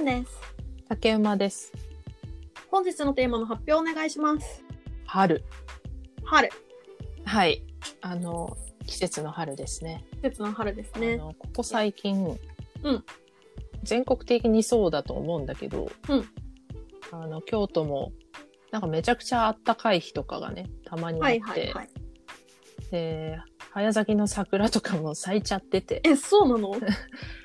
んです。竹馬です。本日のテーマの発表お願いします。春。春、はい。あの、季節の春ですね。季節の春ですあね。のここ最近、うん全国的にそうだと思うんだけど、うんあの京都もなんかめちゃくちゃあったかい日とかがねたまにあっはて、いはいはい。で早咲きの桜とかも咲いちゃって て、え、そうなの？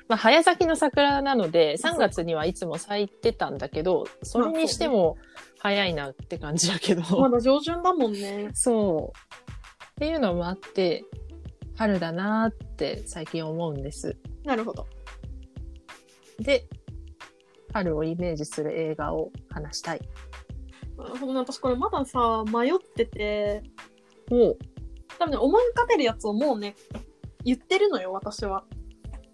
まあ、早咲きの桜なので3月にはいつも咲いてたんだけどそれにしても早いなって感じだけど、まだ上旬だもんね。そうっていうのもあって春だなーって最近思うんです。なるほど。で、春をイメージする映画を話したい。なるほどね私これまださ迷ってて、お多分ね思い浮かべるやつをもうね言ってるのよ私は。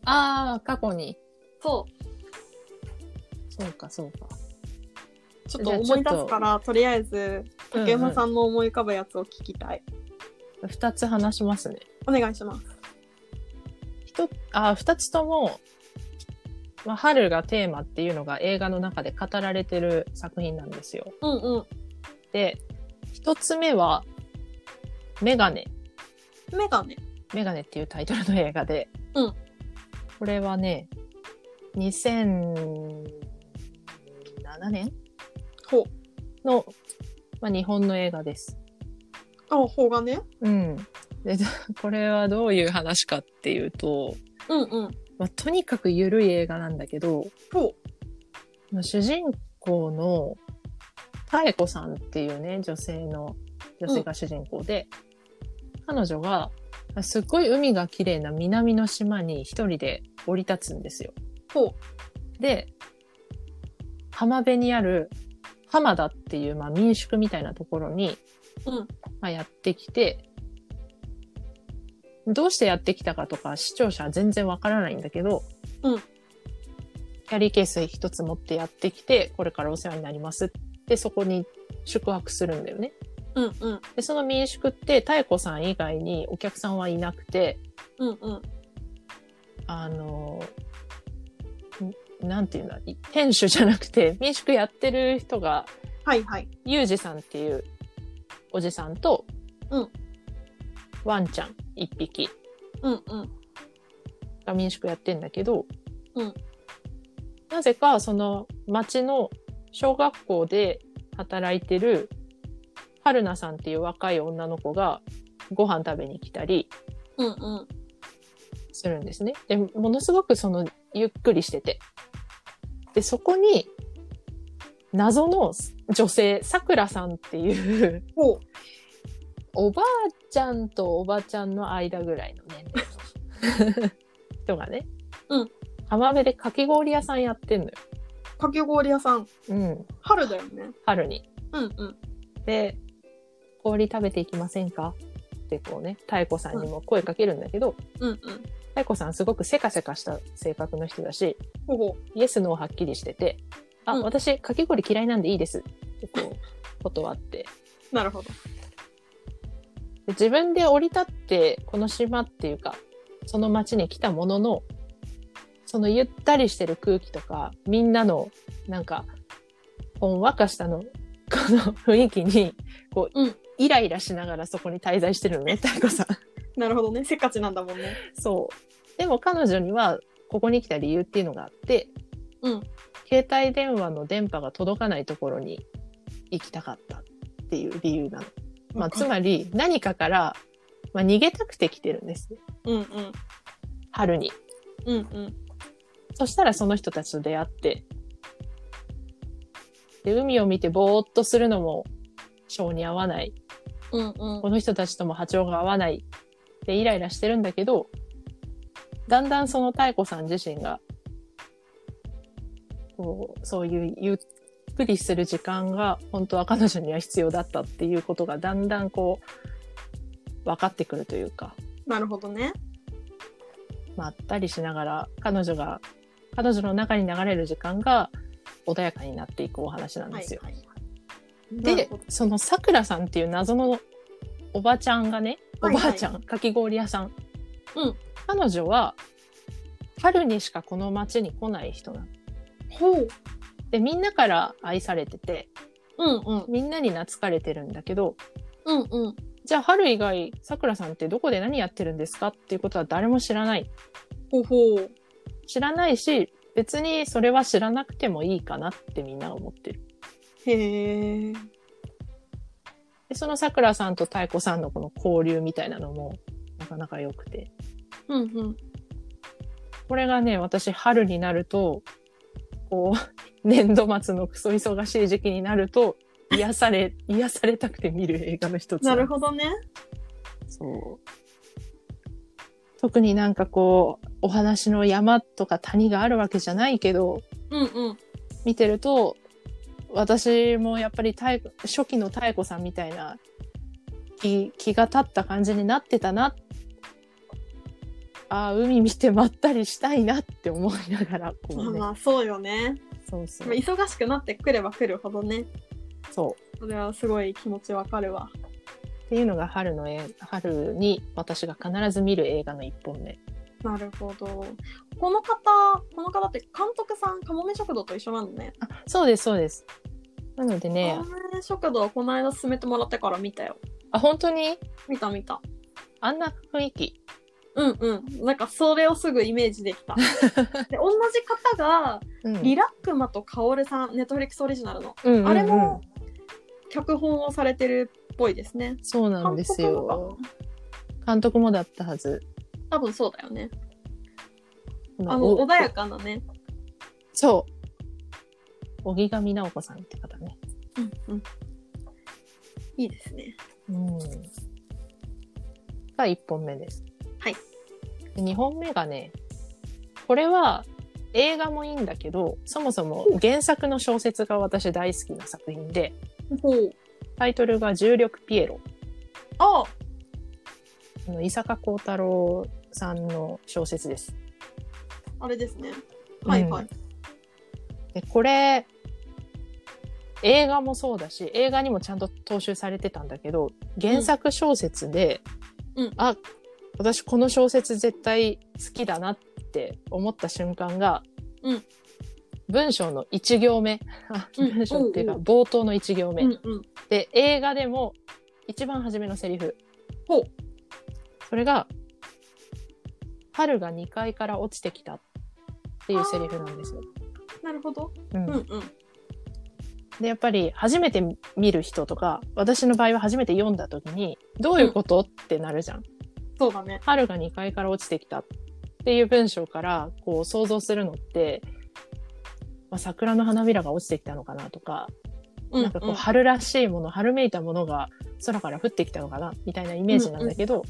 ああ、過去に。そそうか、そうか。う、ちょっと思い出すからとりあえず竹山さんの思い浮かぶやつを聞きたい。二つ話しますね。お願いします。一、あー二つとも、まあ、春がテーマっていうのが映画の中で語られてる作品なんですよ。うんうん。で、一つ目は、メガネ。メガネ。メガネっていうタイトルの映画で。うんこれはね、2007年ほう。の、まあ、日本の映画です。あ、方がね。うん。で、 どこれはどういう話かっていうと、うんうん。まあ、とにかく緩い映画なんだけど、ほう。まあ主人公の妙子さんっていうね、女性の、女性が主人公で、彼女が、まあすっごい海が綺麗な南の島に一人で降り立つんですよ。ほう。で、浜辺にある浜田っていう、まあ、民宿みたいなところに、うんまあ、やってきて、どうしてやってきたかとか視聴者は全然わからないんだけど、うんキャリーケース一つ持ってやってきて、これからお世話になりますって、そこに宿泊するんだよね。うんうんで、その民宿って、妙子さん以外にお客さんはいなくて、うんうん。あの、んなんていうんだ、い店主じゃなくて、民宿やってる人が、はいはい。ゆうじさんっていうおじさんと、うんワンちゃん一匹うんうん。が民宿やってんだけど、うんなぜかその町の小学校で働いてる春菜さんっていう若い女の子がご飯食べに来たりうんうん。するんですね。で、ものすごくそのゆっくりしてて。で、そこに謎の女性、さくらさんっていうほう。おばあちゃんとおばちゃんの間ぐらいの年齢 の人がね、うん浜辺でかき氷屋さんやってんのよ、かき氷屋さん。うん、春だよね。春に。うんうん。で氷食べていきませんかってこうね妙子さんにも声かけるんだけどうんうん。妙子さんすごくせかせかした性格の人だしほうほイエスノーはっきりしてて「あ、うん私かき氷嫌いなんでいいです」ってこう断ってう。なるほど。で自分で降り立ってこの島っていうかその町に来たもののそのゆったりしてる空気とかみんなのなんかほんわかしたのこの雰囲気にこう、うんイライラしながらそこに滞在してるのね太子さん。なるほどね。せっかちなんだもんね。そうでも彼女にはここに来た理由っていうのがあって、うん携帯電話の電波が届かないところに行きたかったっていう理由なの。まあ、つまり何かから、まあ、逃げたくて来てるんですねうんうん。春にうんうん。そしたらその人たちと出会ってで海を見てぼーっとするのも性に合わないうんうんこ。の人たちとも波長が合わないでイライラしてるんだけどだんだんその妙子さん自身がこうそういうゆっくりする時間が本当は彼女には必要だったっていうことがだんだんこう分かってくるというか。なるほどね。まったりしながら彼女が彼女の中に流れる時間が穏やかになっていくお話なんはでいすよ。はいはい。なるでほどそのさくらさんっていう謎のおばちゃんがねおはいはいばあちゃん、かき氷屋さん、うん彼女は春にしかこの町に来ない人なのほう。でみんなから愛されててうんうん。みんなに懐かれてるんだけどうんうん。じゃあ春以外さくらさんってどこで何やってるんですかっていうことは誰も知らないほうほう。知らないし別にそれは知らなくてもいいかなってみんなが思ってる。へえ。でそのさくらさんと太鼓さんのこの交流みたいなのもなかなか良くてうんうん。これがね私春になるとこう 年度末のクソ忙しい時期になると癒され 癒されたくて見る映画の一つなるどほどね。そう特になんかこうお話の山とか谷があるわけじゃないけどうんうん。見てると私もやっぱり太鼓初期の妙子さんみたいな気気が立った感じになってたなあー海見てまったりしたいなって思いながらこまあう、ねま、あそうよね。そうそう忙しくなってくればくるほどね。そうそれはすごい気持ちわかるわ。っていうのが春の映春に私が必ず見る映画の一本目なるほど。この方、この方って監督さん、かもめ食堂と一緒なのね。あそうですそうですなのでねかもめ食堂、この間勧めてもらってから見たよ。あ本当に見た見た。あんな雰囲気うんうん。なんかそれをすぐイメージでき た。で、同じ方が、うんリラックマとカオルさん、ネットフリックスオリジナルのうんうんうんあれも脚本をされてるっぽいですね。そうなんですよ監督なのか監督もだったはずな多分そうだよね。あの、お穏やかなね。そう。荻上直子さんって方ね。うんうん。いいですね。うん。が1本目です。はい。で2本目がね、これは映画もいいんだけど、そもそも原作の小説が私大好きな作品で、ほう。タイトルが重力ピエロ。ああの伊坂幸太郎さんの小説です。あれですね。はいはい。で、これ、映画もそうだし、映画にもちゃんと踏襲されてたんだけど、原作小説で、うんあ、私この小説絶対好きだなって思った瞬間が、うん文章の1行目、あうん文章っていうかおう冒頭の1行目、うんうん。で、映画でも一番初めのセリフ。ほうそれが、春が2階から落ちてきたっていうセリフなんですよ。なるほど。ううんんうん。でやっぱり初めて見る人とか私の場合は初めて読んだ時にどういうこと、ってなるじゃん。そうだね。春が2階から落ちてきたっていう文章からこう想像するのって、まあ、桜の花びらが落ちてきたのかなとか、うん、なんかこう春らしいもの春めいたものが空から降ってきたのかなみたいなイメージなんだけど、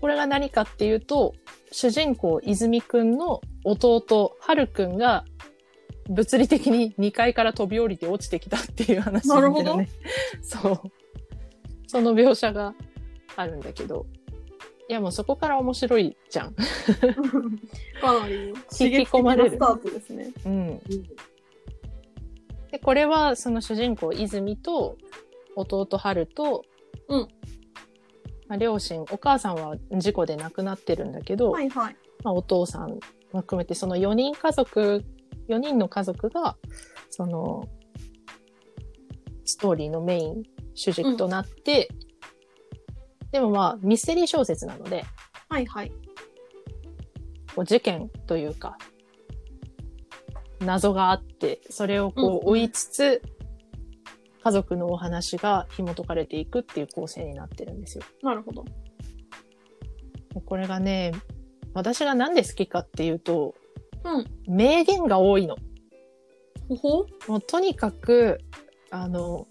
これが何かっていうと主人公泉くんの弟春くんが物理的に2階から飛び降りて落ちてきたっていう話なんだよね。 そう。その描写があるんだけど。いやもうそこから面白いじゃん。かなり刺激引き的込まなれるスタートですね。うん。で、これはその主人公泉と弟春と、うんまあ、両親、お母さんは事故で亡くなってるんだけど、はいはい。まあ、お父さんも含めてその4人家族、4人の家族が、その、ストーリーのメイン、主軸となって、でもまあミステリー小説なので、はいはい。こう事件というか謎があってそれをこうんう追いつつ、家族のお話が紐解かれていくっていう構成になってるんですよ。なるほど。でこれがね私がなんで好きかっていうと、うん名言が多いの。ほほもうとにかくあの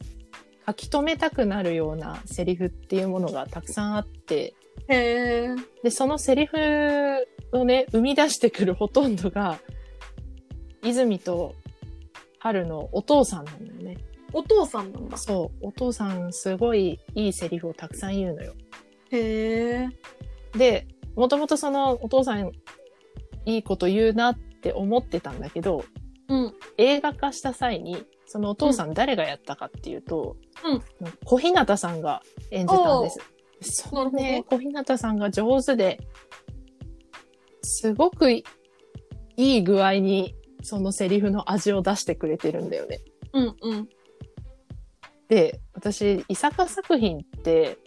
書き留めたくなるようなセリフっていうものがたくさんあってへえ。でそのセリフをね生み出してくるほとんどが泉と春のお父さんなんだよねお父さんなんだ。そうお父さんすごいいいセリフをたくさん言うのよへえ。でもともとそのお父さんいいこと言うなって思ってたんだけどうん。映画化した際にそのお父さん誰がやったかっていうと、うん小日向さんが演じたんです。そのなるね、小日向さんが上手で、すごくいい具合にそのセリフの味を出してくれてるんだよね。うんうん。で私伊坂作品って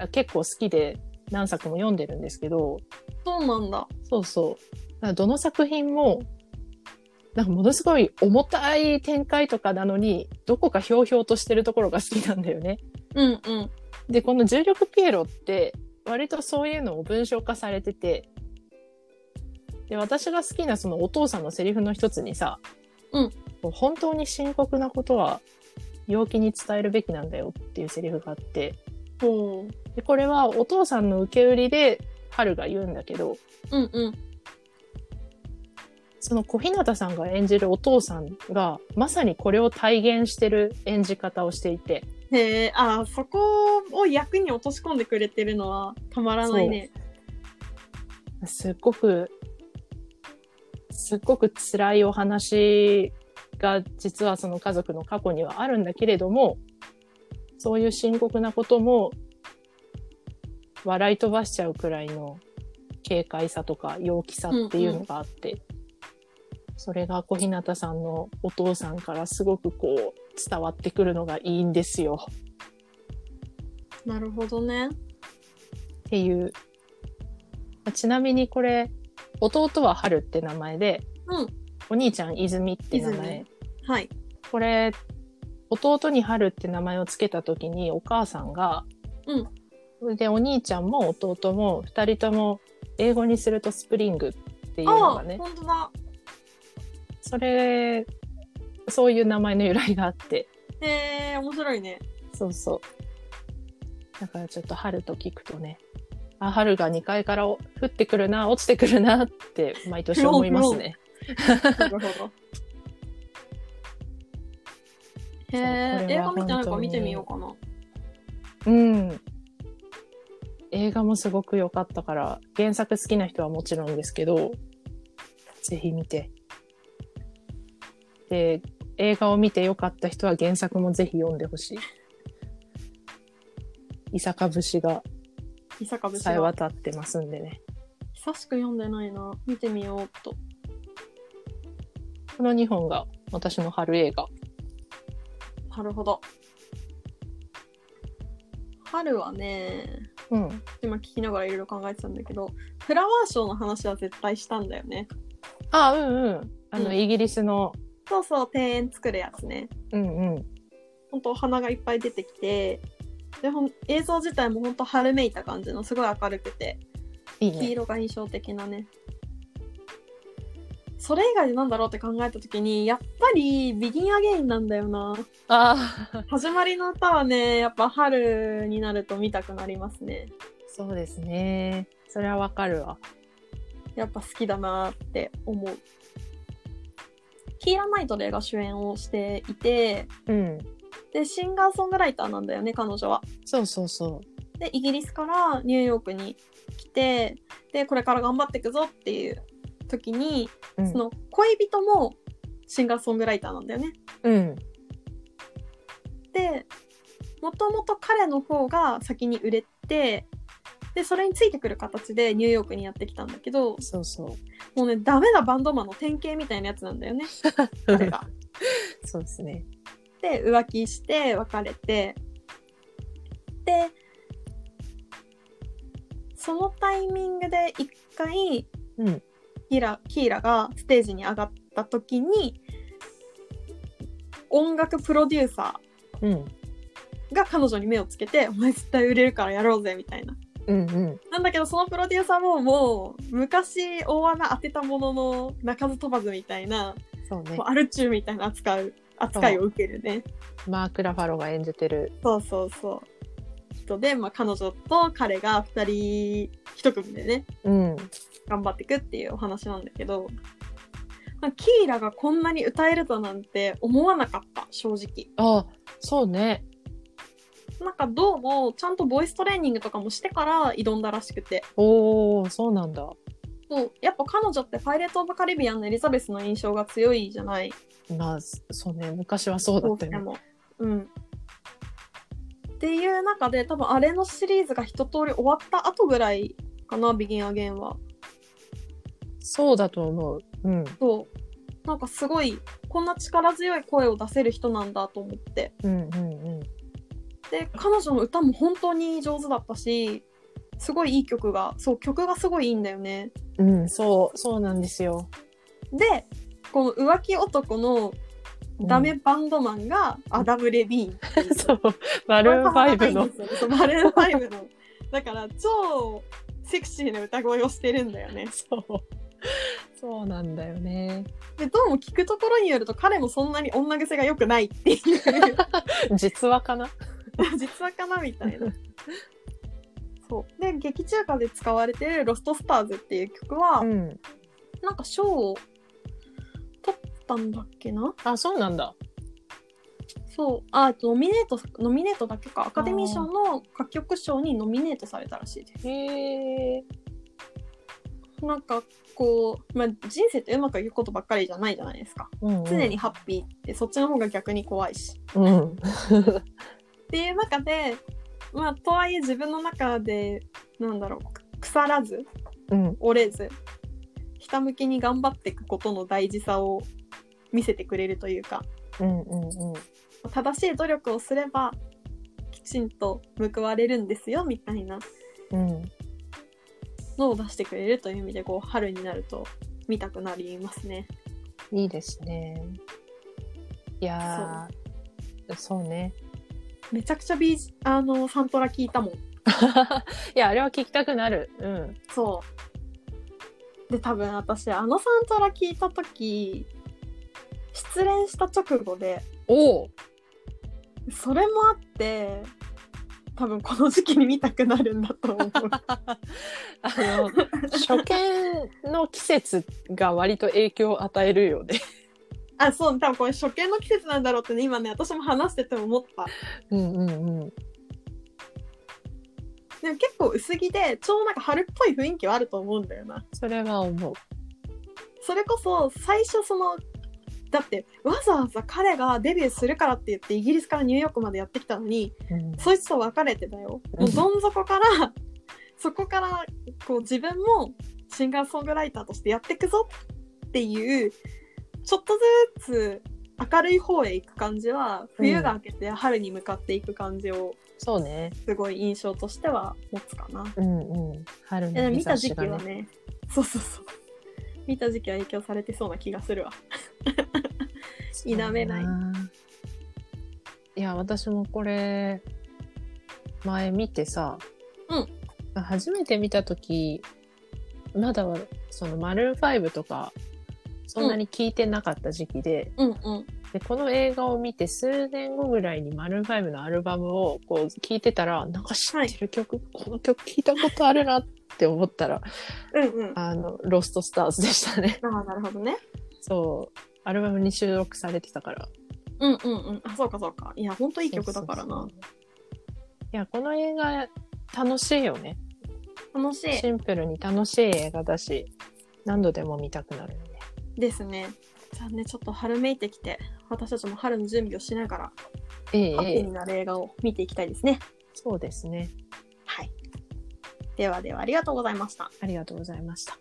あ結構好きで何作も読んでるんですけどそうなんだ。そうそうだからどの作品もなんかものすごい重たい展開とかなのにどこかひょうひょうとしてるところが好きなんだよね。うんうん。でこの重力ピエロって割とそういうのを文章化されててで私が好きなそのお父さんのセリフの一つにさ、うんこう本当に深刻なことは陽気に伝えるべきなんだよっていうセリフがあってほう。でこれはお父さんの受け売りで春が言うんだけどうんうん。その小日向さんが演じるお父さんがまさにこれを体現してる演じ方をしていてへえ、あー、そこを役に落とし込んでくれてるのはたまらないね。すっごく、すっごく辛いお話が実はその家族の過去にはあるんだけれども、そういう深刻なことも笑い飛ばしちゃうくらいの軽快さとか陽気さっていうのがあって、それが小日向さんのお父さんからすごくこう伝わってくるのがいいんですよ。なるほどね。っていう。ちなみにこれ、弟は春って名前で、うんお兄ちゃん泉って名前泉。はい。これ、弟に春って名前をつけた時にお母さんが、うんそれでお兄ちゃんも弟も二人とも英語にするとスプリングっていうのあがあ、ね、本当だ。それ、そういう名前の由来があって、へえ、面白いね。そうそう。だからちょっと春と聞くとね、あ、春が2階からお降ってくるな、落ちてくるなって毎年思いますね。なるほど。 へそえうこ、れ映画は見てないから本当に見てみようかな。 うん。映画もすごく良かったから、原作好きな人はもちろんですけど、ぜひ見て。で、映画を見て良かった人は原作もぜひ読んでほしい。伊坂節が伊坂部氏さえは。渡ってますんでね。久しく読んでないな。見てみようっと。この2本が私の春映画。なるほど。春はね、うん。今聞きながらいろいろ考えてたんだけど、フラワーショーの話は絶対したんだよね。あ、うんうん。あの、うんイギリスの、そうそう、庭園作るやつね。うんうん。ほんとお花がいっぱい出てきて、でほん映像自体もほんと春めいた感じのすごい明るくていい黄ね。色が印象的なねそれ以外でなんだろうって考えた時にやっぱり「ビギンアゲインなんだよなあ あ、始まりの歌はねやっぱ春になると見たくなりますねそうですね。それはわかるわ。やっぱ好きだなって思うキーラ・ナイトレイが主演をしていてうん。でシンガーソングライターなんだよね彼女はそうそうそでイギリスからニューヨークに来てでこれから頑張っていくぞっていう時に、う。うんその恋人もシンガーソングライターなんだよね。うん。でもともと彼の方が先に売れてでそれについてくる形でニューヨークにやってきたんだけどそう そもうねダメなバンドマンの典型みたいなやつなんだよね彼が。う。そうですね。で浮気して別れてでそのタイミングで一回うん。キーラキーラがステージに上がった時に音楽プロデューサうん。ーが彼女に目をつけて「お前絶対売れるからやろうぜ」みたいな。うんうん。なんだけどそのプロデューサーももう昔大穴当てたものの鳴かず飛ばずみたいなそうねもう。アルチューみたいな扱う扱いを受けるね。マーク・ラファロが演じてる。そうそうそう。人で、まあ、彼女と彼が2人1組でねうん。頑張っていくっていうお話なんだけどまあキーラがこんなに歌えるとなんて思わなかった正直あそうね。なんかどうもちゃんとボイストレーニングとかもしてから挑んだらしくておー、そうなんだ。そうやっぱ彼女って「パイレート・オブ・カリビアン」のエリザベスの印象が強いじゃないまあ、そうね。昔はそうだどうったしてよね。も。うんっていう中で多分あれのシリーズが一通り終わった後ぐらいかな「ビギン・アゲン」は。そうだと思う。うん。そう。なんかすごいこんな力強い声を出せる人なんだと思ってうんうんうん。で彼女の歌も本当に上手だったしすごいいい曲がそう曲がすごいいいんだよねうん、そう、そうなんですよ。でこの浮気男のダメバンドマンがアダム・レビー ンっていう そう、バルーンファイブこのれ。がまたいいんですよねそうバルーンファイブのだから超セクシーな歌声をしてるんだよね そう。そうなんだよね。でどうも聞くところによると彼もそんなに女癖が良くないっていう実話かな。実話かなみたいなそうで劇中歌で使われてる「ロストスターズ」っていう曲は、うん。なんか賞を取ったんだっけなあ、そうなんだ。そうあえっとノミネートノミネートだけかアカデミー賞の歌曲賞にノミネートされたらしいですへえ。なんかこう、まあ、人生ってうまくいくことばっかりじゃないじゃないですかうんうん常に。ハッピーってそっちの方が逆に怖いしうん。っていう中でまあとはいえ自分の中でなんだろう腐らずうん。折れずひたむきに頑張っていくことの大事さを見せてくれるというかうん。うん。正しい努力をすればきちんと報われるんですよみたいなうん。うん。のを出してくれるという意味でこう春になると見たくなりますね。いいですね。いやーそうね。めちゃくちゃ、B、あのサントラ聞いたもん。いや、あれは聞きたくなる。うん。そうで多分私あのサントラ聞いた時失恋した直後でおお。それもあって多分この時期に見たくなるんだと思う。あの、初見の季節が割と影響を与えるよね。あそう多分これ初見の季節なんだろうってね今ね私も話してて思ったうんうんうん。でも結構薄着でちょうどなんか春っぽい雰囲気はあると思うんだよなそれは思う。それこそ最初そのだってわざわざ彼がデビューするからって言ってイギリスからニューヨークまでやってきたのにうんそいつと別れてだよもうどん底から そこからこう自分もシンガーソングライターとしてやっていくぞっていうちょっとずつ明るい方へ行く感じは冬が明けて春に向かっていく感じをそうね。すごい印象としては持つかな。うんうん。春いやでもの日見た時差し期がはね。ねそうそうそう 見た時期は影響されてそうな気がするわ否めないそうだな。いや、私もこれ、前見てさ、うん。初めて見たとき、まだ、その、マルーン5とか、そんなに聞いてなかった時期で、うんうんで、この映画を見て数年後ぐらいにマルーン5のアルバムをこう聞いてたら、なんか知ってる曲、この曲聞いたことあるなって思ったら、うんうんああの、ロストスターズでしたね。あなるほどねそう。アルバムに収録されてたから。うんうんうんあそうかそうかいやほんといい曲だからそなうそうそういや、この映画、楽しいよね。楽しシンプルに楽しい映画だし、何度でも見たくなるよね。いですねじゃあねちょっと春めいてきて私たちも春の準備をしながらえハッピえ、えーえになる映画を見ていきたいですねそうですね。はいではではありがとうございましたありがとうございました。